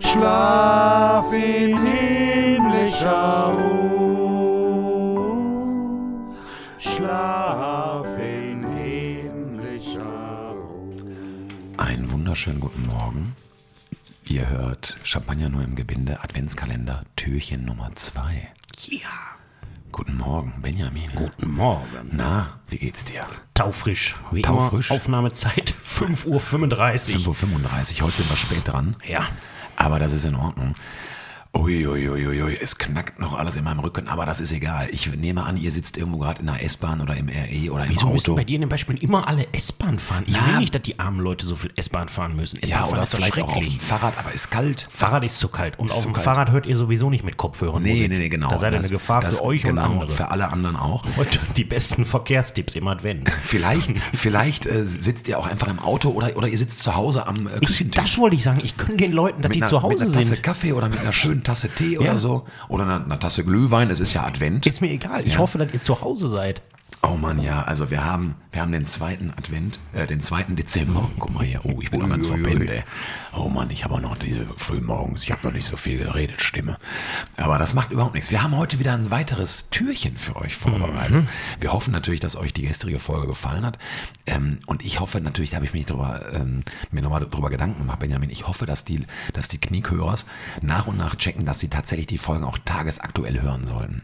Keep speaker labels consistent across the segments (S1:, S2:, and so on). S1: Schlaf in himmlischer Ruhe. Schlaf in himmlischer Ruhe.
S2: Einen wunderschönen guten Morgen. Ihr hört Champagner nur im Gebinde, Adventskalender, Türchen Nummer 2.
S3: Ja.
S2: Guten Morgen, Benjamin.
S3: Guten Morgen.
S2: Na, wie geht's dir?
S3: Taufrisch. Wie
S2: Taufrisch.
S3: Immer Aufnahmezeit 5.35 Uhr.
S2: 5.35 Uhr, heute sind wir spät dran,
S3: Ja.
S2: aber das ist in Ordnung. Uiuiuiui, es knackt noch alles in meinem Rücken, aber das ist egal. Ich nehme an, ihr sitzt irgendwo gerade in der S-Bahn oder im RE oder im
S3: Wieso müssen
S2: Auto.
S3: bei dir in dem Beispiel immer alle S-Bahn fahren? Ich
S2: Na.
S3: will nicht, dass die armen Leute so viel S-Bahn fahren müssen. S-Bahn
S2: ja,
S3: fahren
S2: oder
S3: ist doch
S2: vielleicht auch auf dem
S3: schrecklich.
S2: Fahrrad, aber ist kalt.
S3: Fahrrad ist zu kalt. Und auf
S2: zu
S3: dem
S2: kalt.
S3: Fahrrad hört ihr sowieso nicht mit Kopfhörern.
S2: Nee,
S3: Musik.
S2: nee, nee, genau.
S3: Da seid ihr eine
S2: Das-
S3: Gefahr
S2: das-
S3: für euch
S2: genau,
S3: und andere.
S2: Für alle anderen auch.
S3: Heute die besten Verkehrstipps im Advent.
S2: Vielleicht, vielleicht äh, sitzt ihr auch einfach im Auto oder, oder ihr sitzt zu Hause am äh,
S3: Ich,
S2: Küchentisch.
S3: das wollte ich sagen. Ich gönne den Leuten, dass die
S2: mit einer,
S3: zu
S2: mit
S3: Hause
S2: einer Tasse
S3: sind.
S2: Kaffee oder mit einer schönen Tasse Tee
S3: Ja.
S2: oder so. Oder einer, einer Tasse Glühwein, es ist ja Advent.
S3: Ist mir egal. Ich
S2: Ja.
S3: hoffe, dass ihr zu Hause seid.
S2: Oh Mann, ja, also wir haben, wir haben den zweiten Advent, äh, den zweiten Dezember. Guck mal hier, oh, ich bin noch ganz
S3: Uiuiui.
S2: verpennt, ey. Oh Mann, ich habe auch noch diese frühmorgens, ich habe noch nicht so viel geredet, Stimme. Aber das macht überhaupt nichts. Wir haben heute wieder ein weiteres Türchen für euch vorbereitet.
S3: Mhm.
S2: Wir hoffen natürlich, dass euch die gestrige Folge gefallen hat. Ähm, und ich hoffe natürlich, da habe ich mich drüber, ähm, mir nochmal drüber Gedanken gemacht, Benjamin. Ich hoffe, dass die, dass die Kniehörers nach und nach checken, dass sie tatsächlich die Folgen auch tagesaktuell hören sollten.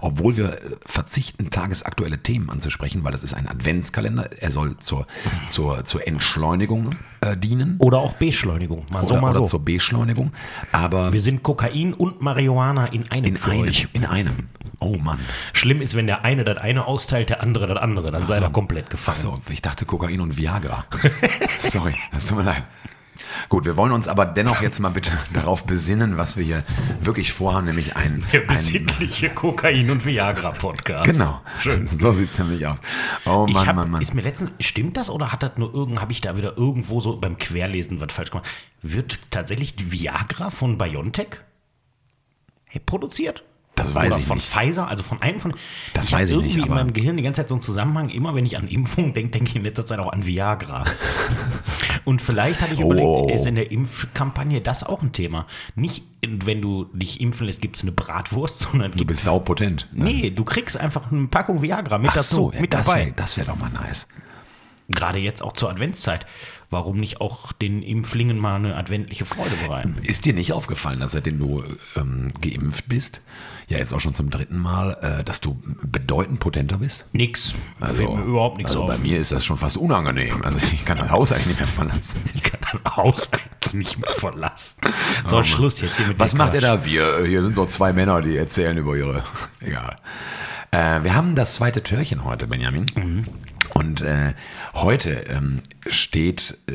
S2: Obwohl wir äh, verzichten, tagesaktuelle Themen anzusprechen, weil es ist ein Adventskalender. Er soll zur, zur, zur Entschleunigung äh, dienen
S3: Oder auch Beschleunigung. Mal Oh, so,
S2: oder,
S3: mal
S2: oder
S3: so.
S2: zur Beschleunigung. Aber
S3: Wir sind Kokain und Marihuana in einem
S2: in
S3: für
S2: einem,
S3: euch.
S2: in einem. Oh Mann.
S3: Schlimm ist, wenn der eine das eine austeilt, der andere das andere. Dann sei er komplett
S2: Ach
S3: gefangen.
S2: so, ich dachte Kokain und Viagra. Sorry, das tut mir leid. Gut, wir wollen uns aber dennoch jetzt mal bitte darauf besinnen, was wir hier wirklich vorhaben, nämlich ein,
S3: Der
S2: ein
S3: besinnliche Kokain- und Viagra-Podcast.
S2: genau.
S3: Schön.
S2: So sieht's nämlich aus. Oh
S3: Ich
S2: Mann,
S3: hab,
S2: Mann, Mann.
S3: Ist mir letztens, stimmt das oder hat das nur irgend, habe ich da wieder irgendwo so beim Querlesen was falsch gemacht? Wird tatsächlich die Viagra von BioNTech hey, produziert?
S2: Das weiß
S3: oder
S2: ich
S3: von
S2: nicht.
S3: Pfizer, also von einem von.
S2: Das
S3: hab
S2: weiß ich nicht,
S3: irgendwie in
S2: aber-
S3: meinem Gehirn die ganze Zeit so einen Zusammenhang. Immer wenn ich an Impfungen denke, denke ich in letzter Zeit auch an Viagra. Und vielleicht habe ich
S2: Oh.
S3: überlegt, ist in der Impfkampagne das auch ein Thema? Nicht, wenn du dich impfen lässt, gibt es eine Bratwurst, sondern
S2: Du
S3: gibt
S2: bist saupotent. Ne?
S3: Nee, du kriegst einfach eine Packung Viagra mit
S2: Ach
S3: dazu,
S2: so, ja,
S3: mit
S2: das
S3: dabei.
S2: wäre das wär doch mal nice.
S3: Gerade jetzt auch zur Adventszeit. Warum nicht auch den Impflingen mal eine adventliche Freude bereiten?
S2: Ist dir nicht aufgefallen, dass seitdem du ähm, geimpft bist, ja jetzt auch schon zum dritten Mal, äh, dass du bedeutend potenter bist?
S3: Nix. Fällt mir überhaupt nichts
S2: also
S3: auf.
S2: bei mir ist das schon fast unangenehm. Also ich kann das Haus eigentlich nicht mehr verlassen.
S3: Ich kann das Haus eigentlich nicht mehr verlassen. So, Schluss jetzt hier mit
S2: Oh Was
S3: dem
S2: macht ihr
S3: Quatsch.
S2: da? Wir, äh, hier sind so zwei Männer, die erzählen über ihre. Egal. Äh, wir haben das zweite Türchen heute, Benjamin.
S3: Mhm.
S2: Und äh, heute ähm, steht äh,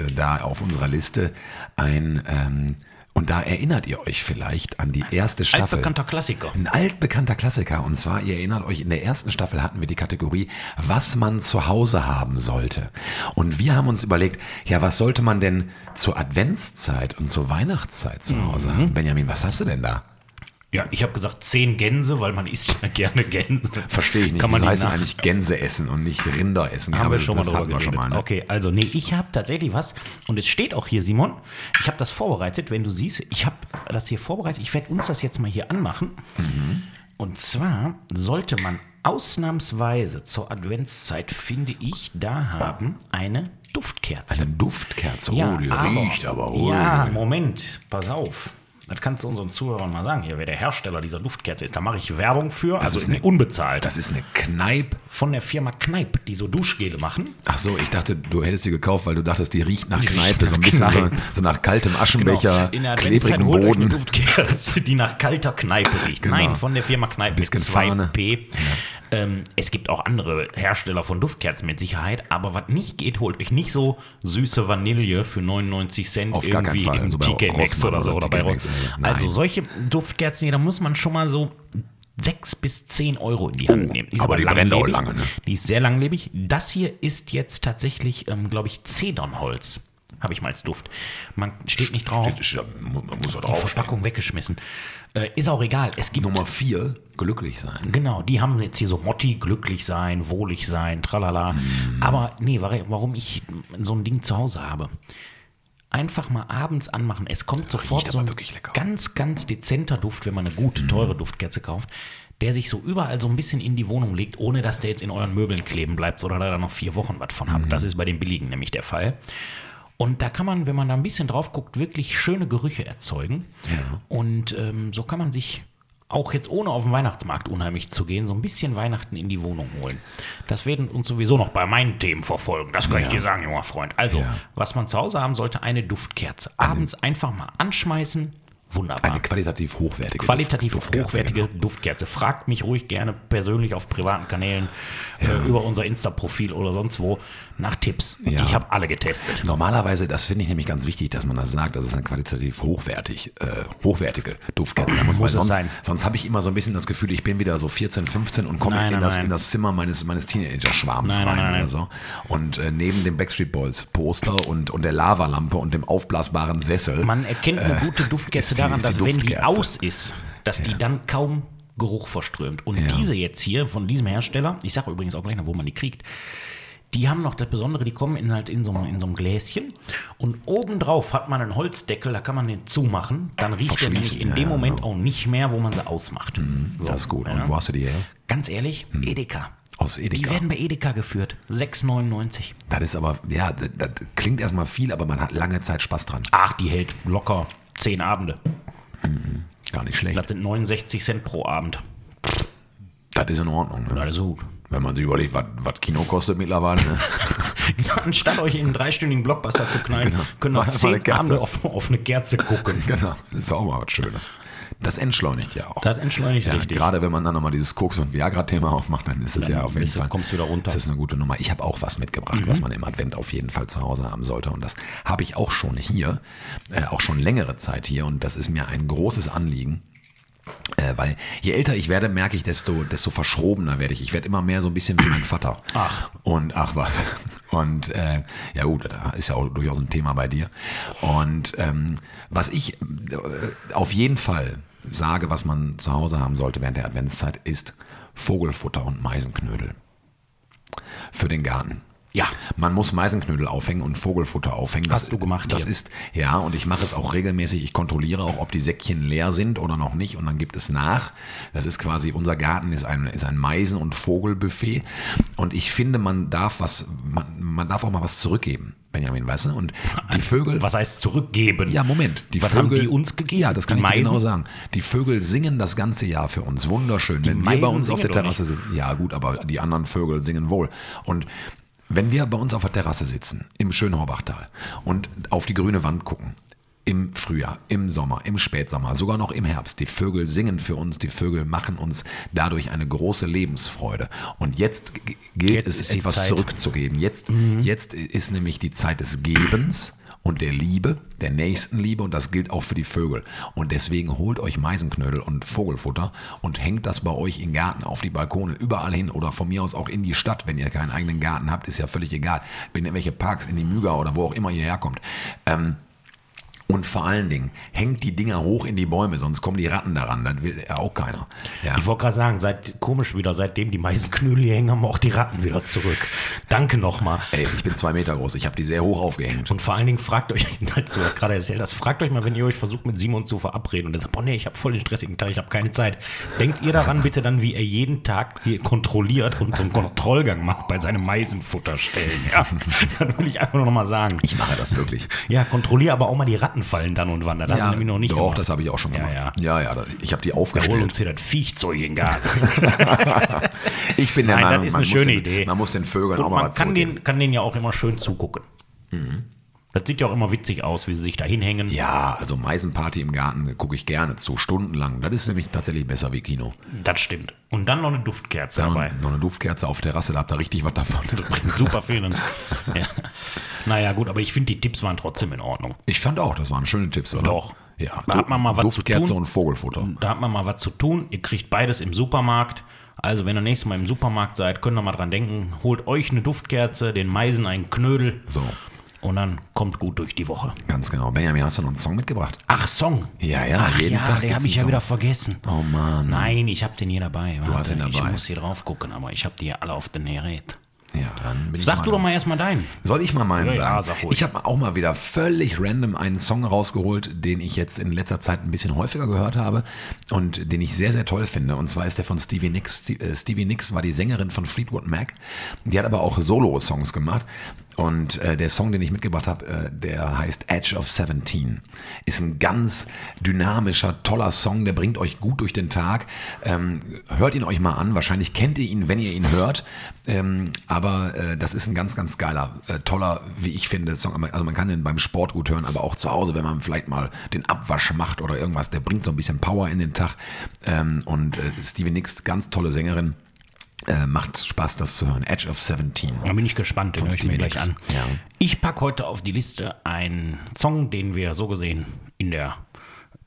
S2: äh, da auf unserer Liste ein. Ähm, und da erinnert ihr euch vielleicht an die erste Staffel.
S3: Altbekannter Klassiker.
S2: Ein altbekannter Klassiker. Und zwar, ihr erinnert euch, in der ersten Staffel hatten wir die Kategorie, was man zu Hause haben sollte. Und wir haben uns überlegt, ja, was sollte man denn zur Adventszeit und zur Weihnachtszeit zu Hause
S3: Mhm.
S2: haben? Benjamin, was hast du denn da?
S3: Ja, ich habe gesagt zehn Gänse, weil man isst ja gerne Gänse.
S2: Verstehe ich nicht.
S3: Kann man
S2: das
S3: die
S2: heißt
S3: nach-
S2: eigentlich Gänse essen und nicht Rinder essen. Ja,
S3: Haben wir
S2: aber
S3: schon mal
S2: das
S3: drüber
S2: hatten wir schon
S3: geredet.
S2: mal. Ne?
S3: Okay, also nee, ich habe tatsächlich was und es steht auch hier, Simon. Ich habe das vorbereitet. Wenn du siehst, ich habe das hier vorbereitet. Ich werde uns das jetzt mal hier anmachen.
S2: Mhm.
S3: Und zwar sollte man ausnahmsweise zur Adventszeit, finde ich, da haben eine Duftkerze.
S2: Eine Duftkerze. oh, die riecht aber. Oh,
S3: Ja, Moment, pass auf. Das kannst du unseren Zuhörern mal sagen, hier, wer der Hersteller dieser Duftkerze ist. Da mache ich Werbung für, also
S2: ist eine-
S3: unbezahlt.
S2: Das ist eine Kneipe.
S3: von der Firma Kneip, die so Duschgele machen.
S2: Ach so, ich dachte, du hättest sie gekauft, weil du dachtest, die riecht nach
S3: Die riecht
S2: Kneipe, so ein
S3: nach
S2: bisschen so,
S3: Kneipe.
S2: so nach kaltem
S3: Genau.
S2: Aschenbecher,
S3: In der Adventszeit
S2: klebrigem
S3: holt euch eine
S2: Boden. Genau.
S3: Duftkerze, die nach kalter Kneipe riecht. Nein, von der Firma Kneipe
S2: Bisschen
S3: mit zwei
S2: Fahne.
S3: P. Ähm, es gibt auch andere Hersteller von Duftkerzen mit Sicherheit, aber was nicht geht, holt euch nicht so süße Vanille für 99 Cent
S2: Auf gar keinen
S3: irgendwie
S2: Fall.
S3: im
S2: Also bei
S3: TK Maxx
S2: Rossmann
S3: oder so
S2: oder
S3: oder bei
S2: TK Maxx
S3: Ross.
S2: oder so. Nein.
S3: Also solche Duftkerzen, hier, da muss man schon mal so 6 bis 10 Euro in die Hand
S2: Oh,
S3: nehmen.
S2: aber die brennt auch
S3: langlebig.
S2: lange, ne?
S3: Die ist sehr langlebig. Das hier ist jetzt tatsächlich, ähm, glaube ich, Zedernholz. Habe ich mal als Duft. Man steht nicht drauf.
S2: Steht- steht- Man muss da
S3: die
S2: drauf.
S3: Verpackung weggeschmissen. Äh, ist auch egal. Es gibt
S2: Nummer vier, glücklich sein.
S3: Genau, die haben jetzt hier so Motti, glücklich sein, wohlig sein, tralala.
S2: Hm.
S3: Aber nee, wa- warum ich so ein Ding zu Hause habe. Einfach mal abends anmachen. Es kommt sofort
S2: aber
S3: so ein
S2: wirklich lecker.
S3: ganz, ganz dezenter Duft, wenn man eine gute, teure Duftkerze kauft, der sich so überall so ein bisschen in die Wohnung legt, ohne dass der jetzt in euren Möbeln kleben bleibt oder da dann noch vier Wochen was von habt. Das ist bei den billigen nämlich der Fall. Und da kann man, wenn man da ein bisschen drauf guckt, wirklich schöne Gerüche erzeugen. Und ähm, so kann man sich auch jetzt ohne auf den Weihnachtsmarkt unheimlich zu gehen, so ein bisschen Weihnachten in die Wohnung holen. Das werden uns sowieso noch bei meinen Themen verfolgen. Das kann ich dir sagen, junger Freund. Also,
S2: Ja.
S3: was man zu Hause haben sollte, eine Duftkerze. Abends einfach mal anschmeißen. Wunderbar.
S2: Eine qualitativ hochwertige
S3: Ah. Qualitativ
S2: Duft- Duftkerze,
S3: hochwertige
S2: genau.
S3: Duftkerze. Fragt mich ruhig gerne persönlich auf privaten Kanälen, äh, über unser Insta-Profil oder sonst wo nach Tipps.
S2: Ja.
S3: Ich habe alle getestet.
S2: Normalerweise, das finde ich nämlich ganz wichtig, dass man das sagt, dass es eine qualitativ hochwertig, äh, hochwertige Duftkerze sein muss.
S3: Muss
S2: weil
S3: es
S2: sonst
S3: sein.
S2: sonst habe ich immer so ein bisschen das Gefühl, ich bin wieder so 14, 15 und komme
S3: Nein,
S2: in,
S3: nein,
S2: das,
S3: nein.
S2: in das Zimmer meines, meines Teenager-Schwarms
S3: Nein,
S2: rein
S3: nein, nein,
S2: oder
S3: nein.
S2: so. Und äh, neben dem Backstreet Boys Poster und, und der Lavalampe und dem aufblasbaren Sessel.
S3: Man erkennt eine gute Duftkerze
S2: Äh, ist die-
S3: daran,
S2: ist die
S3: dass wenn die
S2: Duftkerze.
S3: aus ist, dass die dann kaum Geruch verströmt. Und
S2: Ja.
S3: diese jetzt hier von diesem Hersteller, ich sage übrigens auch gleich noch, wo man die kriegt, die haben noch das Besondere, die kommen in, halt in so, einem- in so einem Gläschen und obendrauf hat man einen Holzdeckel, da kann man den zumachen, dann riecht er nämlich
S2: Verschließen,
S3: in
S2: ja,
S3: dem
S2: ja,
S3: Moment auch nicht mehr, wo man sie ausmacht. So,
S2: das ist gut.
S3: ja.
S2: Und wo hast du die her?
S3: Ganz ehrlich, Edeka.
S2: Aus
S3: Die
S2: Edeka.
S3: werden bei Edeka geführt. 6,99.
S2: Das ist aber, ja, das, das klingt erstmal viel, aber man hat lange Zeit Spaß dran.
S3: Ach, die hält locker 10 Abende.
S2: Gar nicht schlecht.
S3: Das sind 69 Cent pro Abend.
S2: Das ist in Ordnung. Ne?
S3: Alles gut.
S2: Wenn man sich überlegt, was- was Kino kostet mittlerweile. Ne?
S3: Anstatt euch in einen dreistündigen Blockbuster zu knallen, könnt ihr
S2: Macht
S3: noch
S2: einfach eine Genau.
S3: zehn
S2: Kerze.
S3: Abende auf, auf eine Kerze gucken.
S2: genau. Das ist auch mal was Schönes. Das entschleunigt ja auch.
S3: Das entschleunigt
S2: ja,
S3: richtig.
S2: Gerade wenn man dann nochmal dieses Koks- und Viagra-Thema aufmacht, dann ist das ja,
S3: Dann
S2: auf jeden
S3: bist du-
S2: Fall.
S3: kommst du wieder runter. Mhm.
S2: Das ist eine gute Nummer. Ich habe auch was mitgebracht, was man im Advent auf jeden Fall zu Hause haben sollte. Und das habe ich auch schon hier, äh, auch schon längere Zeit hier. Und das ist mir ein großes Anliegen. Äh, weil je älter ich werde, merke ich, desto, desto verschrobener werde ich. Ich werde immer mehr so ein bisschen wie mein Vater. Ach. Und ach was. Und äh, ja gut, da ist ja auch durchaus ein Thema bei dir. Und ähm, was ich äh, auf jeden Fall sage, was man zu Hause haben sollte während der Adventszeit, ist Vogelfutter und Meisenknödel. Für den Garten.
S3: Ja.
S2: Man muss Meisenknödel aufhängen und Vogelfutter aufhängen.
S3: Hast du gemacht
S2: Das
S3: hier.
S2: ist, ja, und ich mache es auch regelmäßig. Ich kontrolliere auch, ob die Säckchen leer sind oder noch nicht. Und dann gibt es nach. Das ist quasi, unser Garten ist ein, ist ein Meisen- und Vogelbuffet. Und ich finde, man darf was, man, man darf auch mal was zurückgeben, Benjamin, weißt du? Und die Vögel.
S3: Also, Was heißt zurückgeben?
S2: Ja, Moment.
S3: Was haben die uns gegeben?
S2: Ja, das kann
S3: Die
S2: ich dir genau
S3: Meisen?
S2: sagen. Die Vögel singen das ganze Jahr für uns. Wunderschön. wenn wir
S3: Meisen
S2: bei uns auf der
S3: singen doch
S2: Terrasse sitzen. Ja, gut, aber die anderen Vögel singen wohl. Und wenn wir bei uns auf der Terrasse sitzen, im schönen Horbachtal, und auf die grüne Wand gucken, im Frühjahr, im Sommer, im Spätsommer, sogar noch im Herbst. Die Vögel singen für uns, die Vögel machen uns dadurch eine große Lebensfreude. Und jetzt g- gilt
S3: Jetzt
S2: es,
S3: ist die
S2: etwas
S3: Zeit.
S2: zurück zurückzugeben. Jetzt,
S3: Mhm.
S2: jetzt ist nämlich die Zeit des Gebens und der Liebe, der Nächstenliebe und das gilt auch für die Vögel. Und deswegen holt euch Meisenknödel und Vogelfutter und hängt das bei euch in den Garten, auf die Balkone, überall hin oder von mir aus auch in die Stadt, wenn ihr keinen eigenen Garten habt, ist ja völlig egal. In irgendwelche Parks, in die Müger oder wo auch immer ihr herkommt. Ähm, und vor allen Dingen, hängt die Dinger hoch in die Bäume, sonst kommen die Ratten daran, dann will ja auch keiner. Ja.
S3: Ich wollte gerade sagen, seit, komisch wieder, seitdem die Meisenknödel hier hängen, haben auch die Ratten wieder zurück. Danke nochmal.
S2: Ey, ich bin zwei Meter groß, ich habe die sehr hoch aufgehängt.
S3: Und vor allen Dingen fragt euch, als du das gerade erzählt hast, fragt euch mal, wenn ihr euch versucht, mit Simon zu verabreden und er sagt, boah, nee, ich habe voll den stressigen Tag, ich habe keine Zeit. Denkt ihr daran bitte dann, wie er jeden Tag hier kontrolliert und so einen Kontrollgang macht bei seinem Meisenfutterstellen. Ja, das will ich einfach nur noch mal sagen.
S2: Ich mache das wirklich.
S3: Ja, kontrolliere aber auch mal die Rattenfallen dann und wann. Das hast du nämlich noch nicht
S2: Doch,
S3: gemacht.
S2: das habe ich auch schon
S3: Ja,
S2: gemacht. ja, ja da- ich habe die
S3: Wir holen
S2: aufgestellt.
S3: uns hier das Viechzeug in den Garten.
S2: Ich bin der
S3: Nein, das
S2: Meinung,
S3: ist
S2: man muss
S3: eine schöne
S2: den,
S3: Idee.
S2: Man muss den Vögeln auch
S3: Und
S2: mal
S3: man
S2: was
S3: kann
S2: zurückgeben.
S3: den, kann den ja auch immer schön zugucken. Das sieht ja auch immer witzig aus, wie sie sich da hinhängen.
S2: Ja, also Meisenparty im Garten gucke ich gerne zu, stundenlang. Das ist nämlich tatsächlich besser wie Kino.
S3: Das stimmt. Und dann noch eine Duftkerze
S2: Dann
S3: dabei.
S2: Noch eine Duftkerze auf Terrasse, da habt ihr richtig was davon.
S3: Super Film. ja. Naja, gut, aber ich finde, die Tipps waren trotzdem in Ordnung.
S2: Ich fand auch, das waren schöne Tipps, oder?
S3: Doch.
S2: Ja,
S3: Da hat man mal was zu
S2: Duftkerze
S3: tun. Hm.
S2: und Vogelfutter.
S3: Da hat man mal was zu tun. Ihr kriegt beides im Supermarkt. Also, wenn ihr nächstes Mal im Supermarkt seid, könnt ihr mal dran denken. Holt euch eine Duftkerze, den Meisen einen Knödel
S2: So,
S3: und dann kommt gut durch die Woche.
S2: ganz genau. Benjamin, hast du noch einen Song mitgebracht?
S3: Ach, Song.
S2: Ja, ja,
S3: Ach,
S2: jeden
S3: ja,
S2: Tag
S3: den
S2: gibt's
S3: habe
S2: einen
S3: ich ja
S2: Song.
S3: wieder vergessen.
S2: Oh Mann.
S3: Nein, ich habe den hier dabei. Warte,
S2: hast ihn
S3: Ich
S2: dabei.
S3: muss hier drauf gucken, aber ich habe die ja alle auf den Gerät.
S2: Ja, dann bin ich
S3: Sag
S2: mal
S3: du doch mal erstmal deinen.
S2: Soll ich mal meinen
S3: Ja,
S2: sagen?
S3: ja, sag ruhig.
S2: ich habe auch mal wieder völlig random einen Song rausgeholt, den ich jetzt in letzter Zeit ein bisschen häufiger gehört habe und den ich sehr, sehr toll finde. Und zwar ist der von Stevie Nicks. Ste- äh, Stevie Nicks war die Sängerin von Fleetwood Mac. Die hat aber auch Solo-Songs gemacht. Und äh, der Song, den ich mitgebracht habe, äh, der heißt Edge of 17. Ist ein ganz dynamischer, toller Song, der bringt euch gut durch den Tag. Ähm, hört ihn euch mal an. Wahrscheinlich kennt ihr ihn, wenn ihr ihn hört. Ähm, aber äh, das ist ein ganz, ganz geiler, äh, toller, wie ich finde, Song. Also man kann den beim Sport gut hören, aber auch zu Hause, wenn man vielleicht mal den Abwasch macht oder irgendwas. Der bringt so ein bisschen Power in den Tag. Ähm, und äh, Stevie Nicks, ganz tolle Sängerin. Äh, macht Spaß, das zu hören. Edge of 17.
S3: Da bin ich gespannt, den höre ich mir
S2: Stevie
S3: gleich
S2: Nicks.
S3: an.
S2: Ja.
S3: Ich packe heute auf die Liste einen Song, den wir so gesehen in der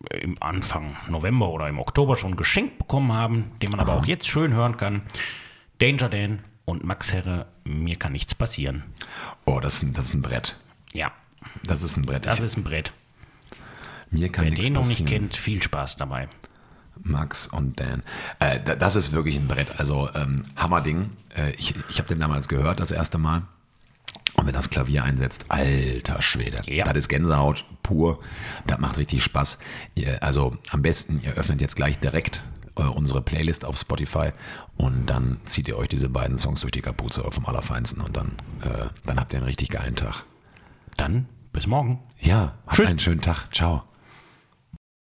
S3: äh, im Anfang November oder im Oktober schon geschenkt bekommen haben, den man aber auch jetzt schön hören kann. Danger Dan und Max Herre, mir kann nichts passieren.
S2: Oh, das ist, ein, das ist ein Brett.
S3: Ja,
S2: Das ist ein Brett.
S3: das
S2: ich,
S3: ist ein Brett.
S2: mir kann
S3: Wer
S2: nichts
S3: den Also, noch nicht
S2: passieren.
S3: kennt, viel Spaß dabei.
S2: Max und Dan. Äh, da- das ist wirklich ein Brett. Also ähm, Hammerding. Äh, ich ich habe den damals gehört, das erste Mal. Und wenn das Klavier einsetzt, alter Schwede.
S3: Ja.
S2: Das ist Gänsehaut pur. Das macht richtig Spaß. Ihr, also am besten, ihr öffnet jetzt gleich direkt äh, unsere Playlist auf Spotify und dann zieht ihr euch diese beiden Songs durch die Kapuze auf vom Allerfeinsten und dann, äh, dann habt ihr einen richtig geilen Tag.
S3: Dann bis morgen.
S2: Ja, habt
S3: Tschüss.
S2: einen schönen Tag. Ciao.